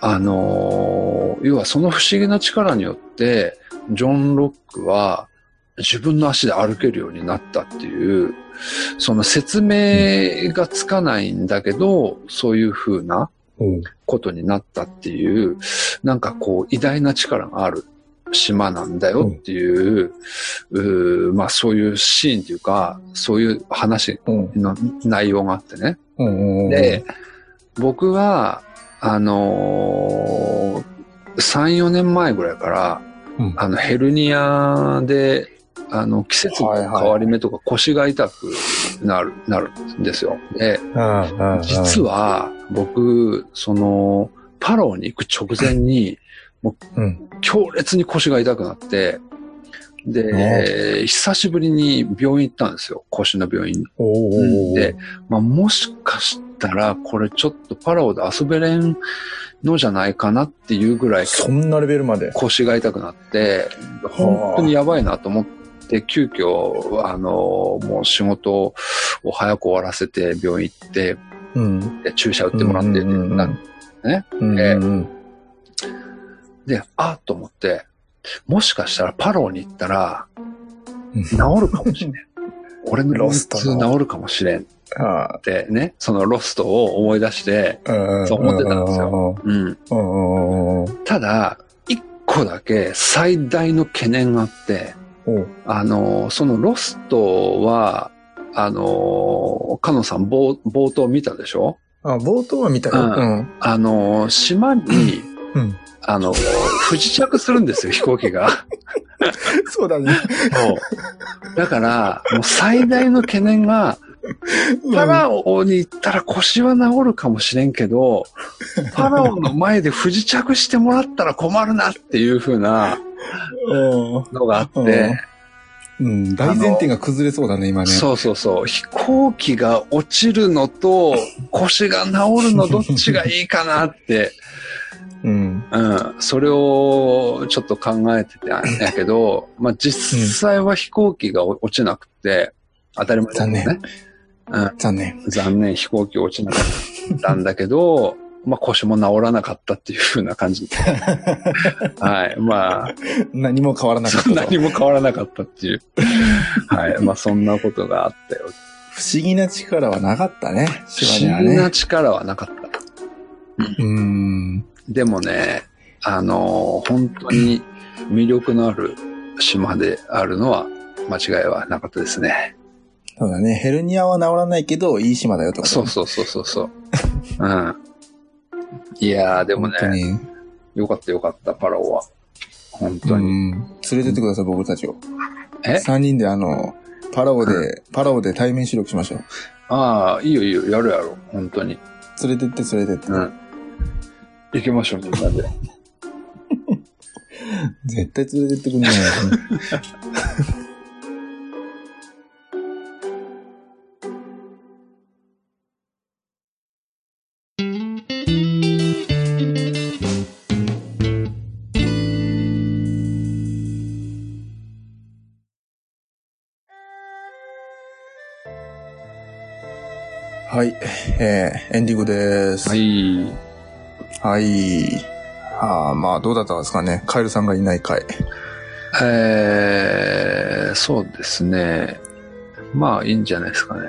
C: あ
B: あのー要はその不思議な力によって、ジョン・ロックは自分の足で歩けるようになったっていう、その説明がつかないんだけど、そういう風な
C: うん。
B: ことになったっていう、なんかこう偉大な力がある島なんだよっていう、うーまあそういうシーンというか、そういう話
C: うん。
B: の内容があってね。
C: うんうん。
B: で、、僕は、あのー、3、4年前ぐらいから、
C: うん
B: あの、ヘルニアで、あの、季節の変わり目とか腰が痛くなる、なるんですよ。で、
C: うんうん。
B: 実は、僕、その、パロに行く直前に、
C: うん。
B: 強烈に腰が痛くなって、で、久しぶりに病院行ったんですよ。腰の病院に。
C: おおおお
B: で、まあ、もしかしたら、これちょっとパラオで遊べれんのじゃないかなっていうぐらい
C: そんなレベルまで。
B: 腰が痛くなって、本当にやばいなと思って、急遽、あの、もう仕事を早く終わらせて病院行って、
C: うん。
B: で注射打ってもらって、
C: うんうんうん
B: なんね。
C: うんうんうん。
B: で、あっと思って、もしかしたらパラオに行ったら
C: うん、
B: 治るかも しれん。俺の
C: ロ
B: ロ
C: ス
B: ス
C: ト
B: ト
C: の
B: 治るかもしれんっ
C: あ
B: てね、そのロストを思い出して、
C: あ。うん
B: そう思ってたんです
C: よ。
B: うん、
C: うんうんうんうん。
B: ただ、一個だけ最大の懸念があって、
C: おう
B: あの、そのロストは、あの、カノンさん冒冒頭見たでしょ
C: あ、冒頭は見たよ。
B: うん
C: うん。
B: あの、島に、
C: うん。
B: あの、不時着するんですよ、飛行機が。
C: そうだね。
B: だから、もう最大の懸念が、パラオに行ったら腰は治るかもしれんけど、パラオの前で不時着してもらったら困るなっていう風な
C: うん。
B: のがあって、
C: うん。大前提が崩れそうだね、今ね。
B: そうそうそう。飛行機が落ちるのと腰が治るのどっちがいいかなって、
C: うん。
B: うん、それをちょっと考えてたんやけど、まあ実際は飛行機が落落ちなくて、当たり前だよね。
C: 残残念。
B: うん、残念、飛行機落ちなかったんだけど、 まあ腰も治らなかったっていう風な 感じで。はい。まあ、
C: 何も変わらなかっ
B: そん
C: た
B: な
C: と。
B: にも変わらなかったっていう。はい。まあそんなことがあったよ。
C: 不思議な力はなかったね。
B: 不
C: 島には
B: 思議な
C: ね。
B: 力はなかった。
C: うーん。
B: でもね、あのー本当に魅力のある島であるのは間違いはなかったですね。
C: そうだね。ヘルニアは治らないけど、いい島だよとか。
B: そうそうそうそうそう。うん。いやー、でも
C: 本当
B: ね、
C: に。
B: よかったよかった、パラオは。本
C: う
B: 当に。
C: ん。連れてってください、僕たちを。
B: え
C: 三人であの、パラオで、パラオで対面収録しましょう。
B: ああ、いいよいいよ、やるやろ、本当に。
C: 連れてって、連れてって。
B: うん。行きましょう、みんなで。
C: 絶対連れてってくんないよ。はい。えー、エンディングです。
B: は。い。
C: はい。あーまあ、どうだったんですかね。カエルさんがいない回。
B: えー、そうですね。まあ、いいんじゃないですかね。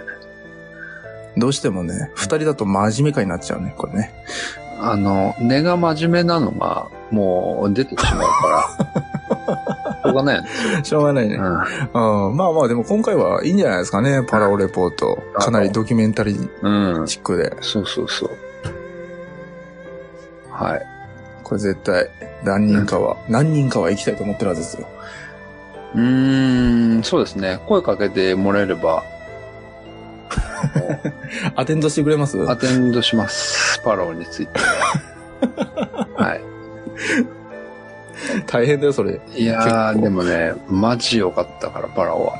C: どうしてもね、二人だと真面目かになっちゃうね、これね。
B: あの、根が真面目なのが、もう出てしまうから。しょうがないよね。
C: しょうがないね。うん、まあまあ、でも今回はいいんじゃないですかね、パラオレポート。かなりドキュメンタリー
B: うん。うん。
C: チックで。
B: そうそうそう。はい。
C: これ絶対、何人かは、何人かは行きたいと思ってるはずですよ。
B: うーん、そうですね。声かけてもらえれば、
C: アテンドしてくれます
B: アテンドします。パラオについて。 はい。
C: 大変だよ、それ。
B: いや
C: 結構
B: ー、でもね、マジ良かったから、パラオは。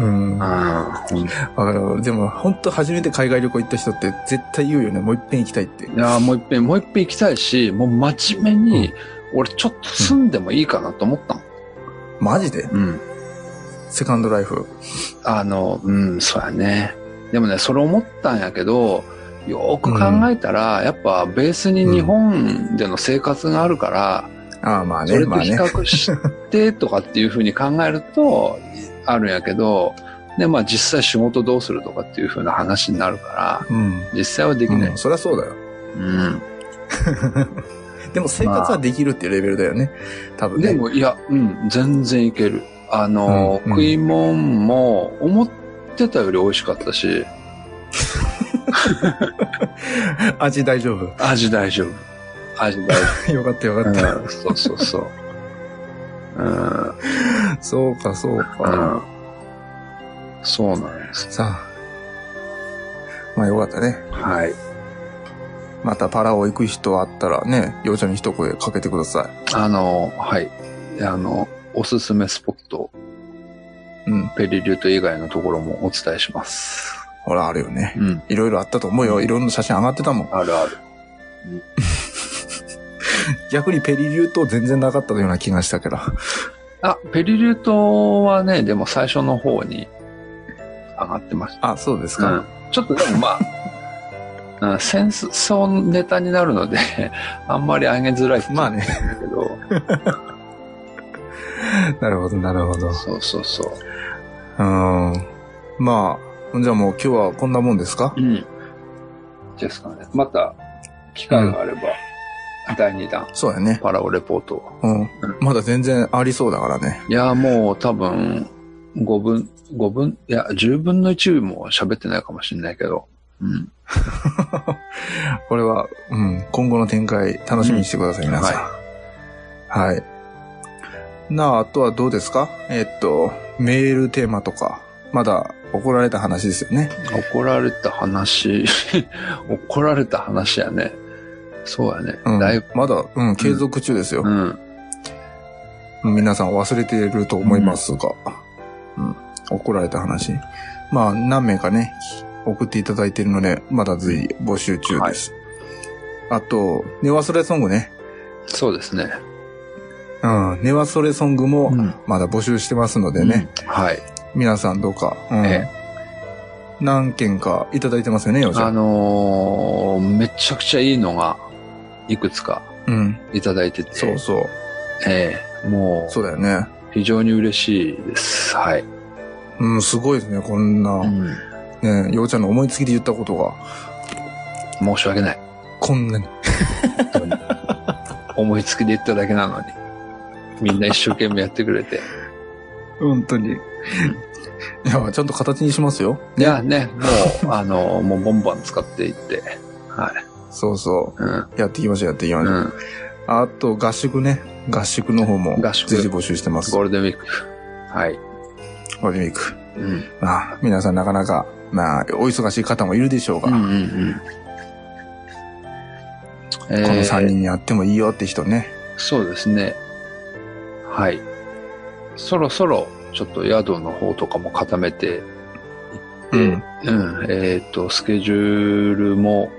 C: うん。わ
B: うん。い
C: かる。でも、本当初めて海外旅行行った人って絶対言うよね。もう一遍行きたいって。
B: やー、もう一遍、もう一遍行きたいし、もう真面目に、俺ちょっと住んでもいいかなと思ったの。
C: マジで
B: うん。
C: セカンドライフ。
B: あの、うん、そうやね。でもね、それ思ったんやけど、よーく考えたら、やっぱベースに日本での生活があるから、
C: ああ、まあ
B: そ
C: ね、
B: れ
C: ま
B: と
C: あ
B: 比
C: ね。
B: 較してとかっていうふうに考えると、あるんやけど、で、まあ実際仕事どうするとかっていうふうな話になるか
C: うん。
B: ら、実際はできない
C: うん。そりゃそうだ よ。
B: うん。
C: でも生活はできるっていうレベルだよね。多分
B: で、
C: ね。
B: も、いや、うん、全然いける。あの、
C: うんうん
B: 食い物も思ってたより美味しかったし、
C: 味大丈夫。
B: 味大丈夫。味大丈夫。
C: よかったよかった。
B: うんそうそうそう。 うん、
C: そうか、そう
B: う
C: か。
B: ん。そうなんです。
C: さあ。まあよかったね。
B: はい。
C: またパラオ行く人あったらね、幼女に一声かけてくださ
B: あの、はい。あの、おすすめスポット、
C: い。うん。
B: ペリリュート以外のところもお伝えします。
C: ほら、あるよね。
B: うん。
C: いろいろあったと思うよ。いろんな写真上がってたもん。
B: あるある。
C: 逆にペリリュート全然なかったような気がしたけど。
B: あ、ペリリュートはね、でも最初の方に上がってまし
C: あ、そうです
B: た。う
C: か。
B: ん。ちょっとでもま あ、うん、戦争ネタになるので、 あんまり上げづらいっていうの
C: ま
B: は
C: あね。
B: あるけど、
C: なるほど、なるほど。う
B: そうそうそう。
C: ーん。まあ、じゃあもう今日はこんなもんですか
B: うん。ですかね。また、機会があれば、第2弾、
C: そうやね。
B: パラオレポートを。
C: うん。まだ全然ありそうだからね。
B: いや、もう多分、5分、5分、いや、10分の1も喋ってないかもしれないけど。うん。
C: これは、うん、今後の展開楽しみにしてください、
B: うん
C: 皆さん。はい。なあ、あとはどうですかえっと、メールテーマとか、まだ怒られた話ですよね。
B: 怒られた話、 怒られた話やね。そうやね。
C: うん
B: だいぶ、
C: まだ、うん、継続中ですよ
B: う。ん。
C: 皆さん忘れていると思いますが、うん、怒られた話。まあ、何名かね、送っていただいているので、まだ随時募集中です。あと、寝忘れソングね。
B: そうですね。
C: うん、寝忘れソングも
B: うん
C: まだ募集してますのでね、
B: はい。
C: 皆さんどうか、うん
B: え
C: 何件かいただいてますよね、ようちゃ
B: あ
C: ん。
B: のーめちゃくちゃいいのが、いくつか
C: うん、
B: いただいてて。
C: そうそう、
B: ええもう、
C: そうだよね。
B: 非常に嬉しいです。はい。
C: うん、すごいですね、こんな、ね、ようちゃんの思いつきで言ったことが、
B: 申し訳ない。
C: こんなに。
B: 本当に思いつきで言っただけなのに。みんな一生懸命やってくれて。
C: 本当に。い や、ちゃんと形にしますよ。
B: いやね、もう、あの、 もうボンバン使っていって。はい。
C: そうそ
B: うん。
C: う。やっていきましょう、やっていきましょう。
B: うん。
C: あと、合宿ね。合宿の方も、
B: 合宿
C: 随時募集してます。
B: ゴー
C: ゴ
B: ルデンウィーク。はい。
C: ールデンウィーク。
B: うん。
C: まあ、皆さんなかなか、まあ、お忙しい方もいるでしょうが、
B: うんう
C: こ
B: んうん。えー
C: の3人に会ってもいいよって人ね。
B: そうですね。はい。そろそろ、ちょっと宿の方とかも固めていって、
C: うん
B: うん、えっ、と、スケジュールも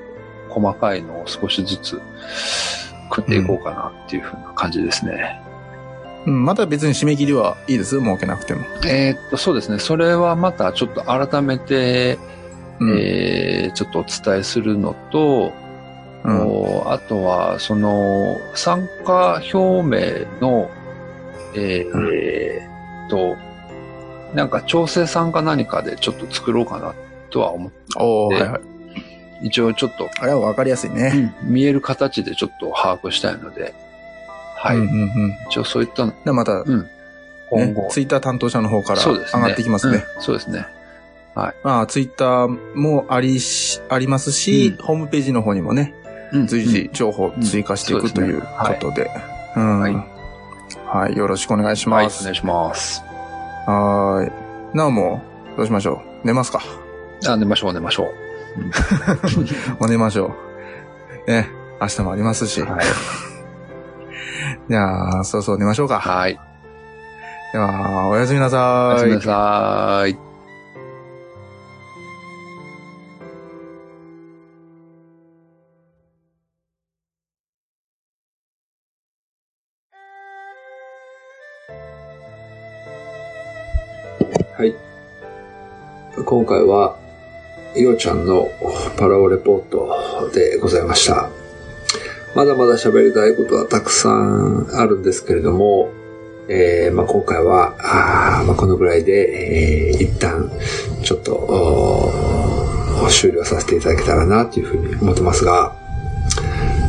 B: 細かいのを少しずつ組んでいこうかなっていうふうな感じですね。
C: うん、また別に締め切りはいいです。設けなくても。
B: えっ、と、そうですね。それはまたちょっと改めて、
C: うん
B: えーちょっとお伝えするのと、
C: うん。
B: おあとは、その、参加表明の、えー
C: うん
B: えーっと、なんか調整参加何かでちょっと作ろうかなとは思って、
C: おーはいはい。
B: 一応ちょっと
C: あれはわかりやすいね。
B: 見える形でちょっと把握したいので、はい。
C: うんうんうん。
B: 一応そういったの
C: で、また、
B: 今
C: ね
B: 後、、
C: ツイッター担当者の方から
B: そう
C: 上
B: ですね。
C: がってきますね。
B: うんそうですね。
C: まあ、ツイッターもありし、ありますし、
B: うん
C: ホームページの方にもね、
B: うん
C: 随時情報
B: ん
C: 追加して
B: そ
C: い
B: うで
C: く
B: す
C: と
B: ね
C: いうことで。うん。
B: は
C: はいい、よろしくお願いし
B: はい、
C: ま
B: お
C: す。
B: 願いします。
C: はーい。なおも、どうしましょう寝ますか。
B: あ、寝ましょう、寝ましょ
C: お寝ましょう。ね。明日もありますし。
B: う。はい。
C: じゃあ、そろそろ寝ましょう か。
B: はい。
C: では、おやすみな
B: お
C: さ
B: やすみ
C: い
B: な。さい。はい。今回は、ようちゃんのパラオレポートでございました。まだまだ喋りたいことはたくさんあるんですけれども、えーまあ、今回は、あーまあ、このぐらいで、えー一旦、ちょっと、おー終了させていただけたらな、というふうに思ってますが、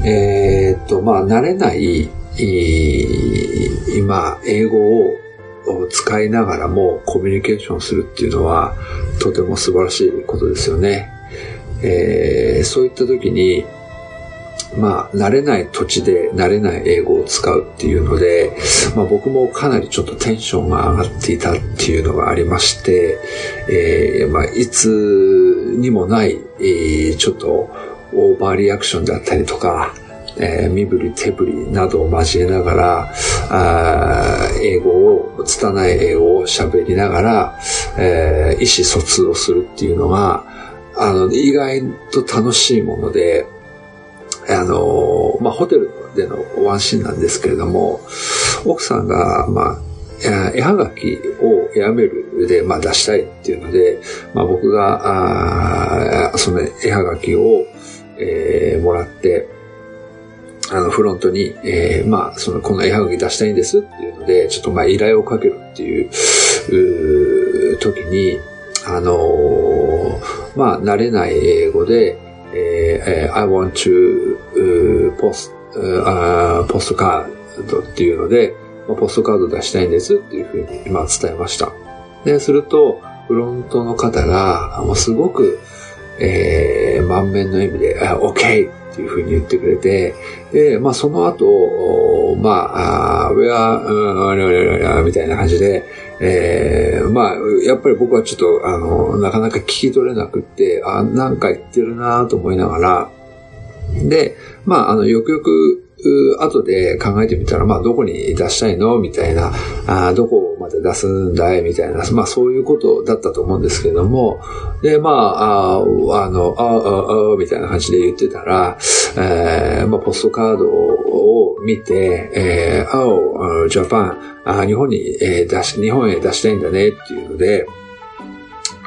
B: えーっと、まあ、慣れない、いー今、英語をを使いながらもコミュニケーションするっていうのは、とても素晴らしいことですよね。えーそういった時に、まあ、慣れない土地で慣れない英語を使うっていうので、まあ、僕もかなりちょっとテンションが上がっていたっていうのがありまして、えーまあ、いつにもない、えーちょっとオーバーリアクションだったりとか、えー身振り手振りなどを交えながら、あー英語を、拙い英語を喋りながら、えー意思疎通をするっていうのが、あの、意外と楽しいもので、あの、まあ、ホテルでのワンシーンなんですけれども、奥さんが、まあ、えー絵はがきをエアメールで、まあ、出したいっていうので、まあ、僕が、あーその絵はがきを、えーもらって、あの、フロントに、えーまあ、その、この絵はがき出したいんですっていうので、ちょっと、まあ、依頼をかけるっていう、うー時に、あのーまあ、慣れない英語で、えーえー I want to uh, post, uh, post card っていうので、まあポストカード出したいんですっていうふうに、まあ、伝えました。で、すると、フロントの方が、もうすごく、えー満面の笑みで、あ OK! っていうふうに言ってくれて、で、まあ、その後、おまあ、あー where, うんあれあれあれあれみたいな感じで、えーまあ、やっぱり僕はちょっと、あの、なかなか聞き取れなくって、あ、なんか言ってるなと思いながら、で、まあ、あの、よくよく、う後で考えてみたら、まあ、どこに出したいのみたいな、あーどこまで出すんだいみたいな、まあ、そういうことだったと思うんですけれども、で、まあ、あーあの、あーあーあーみたいな感じで言ってたら、えーまあ、ポストカードを見て、えー、青、ジャパン、あー日本に、えー出し、日本へ出したいんだねっていうので、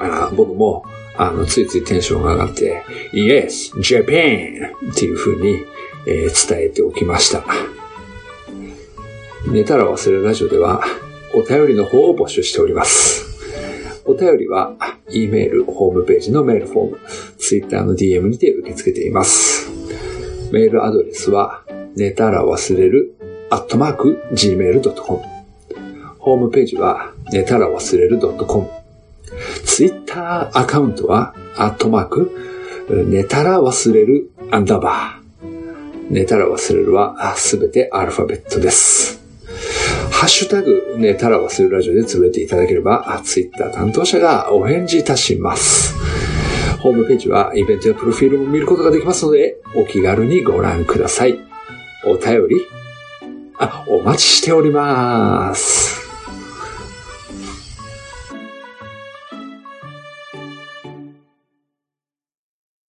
B: あー僕も、あの、ついついテンションが上がって、Yes, Japan! っていう風に、えー伝えておきました。寝たら忘れるラジオでは、お便りの方を募集しております。お便りは、E メール、ホームページのメールフォーム、Twitter の DM にて受け付けています。メールアドレスは、寝たら忘れる、アットマーク、gmail.com。ホームページは、寝たら忘れる .com。ツイッターアカウントは、アットマーク、寝たら忘れる、アンダーバー。寝たら忘れるは、すべてアルファベットです。ハッシュタグ、寝たら忘れるラジオでつぶれていただければ、ツイッター担当者がお返事いたします。ホームページはイベントやプロフィールも見ることができますので、お気軽にご覧ください。お便り、あ、お待ちしております。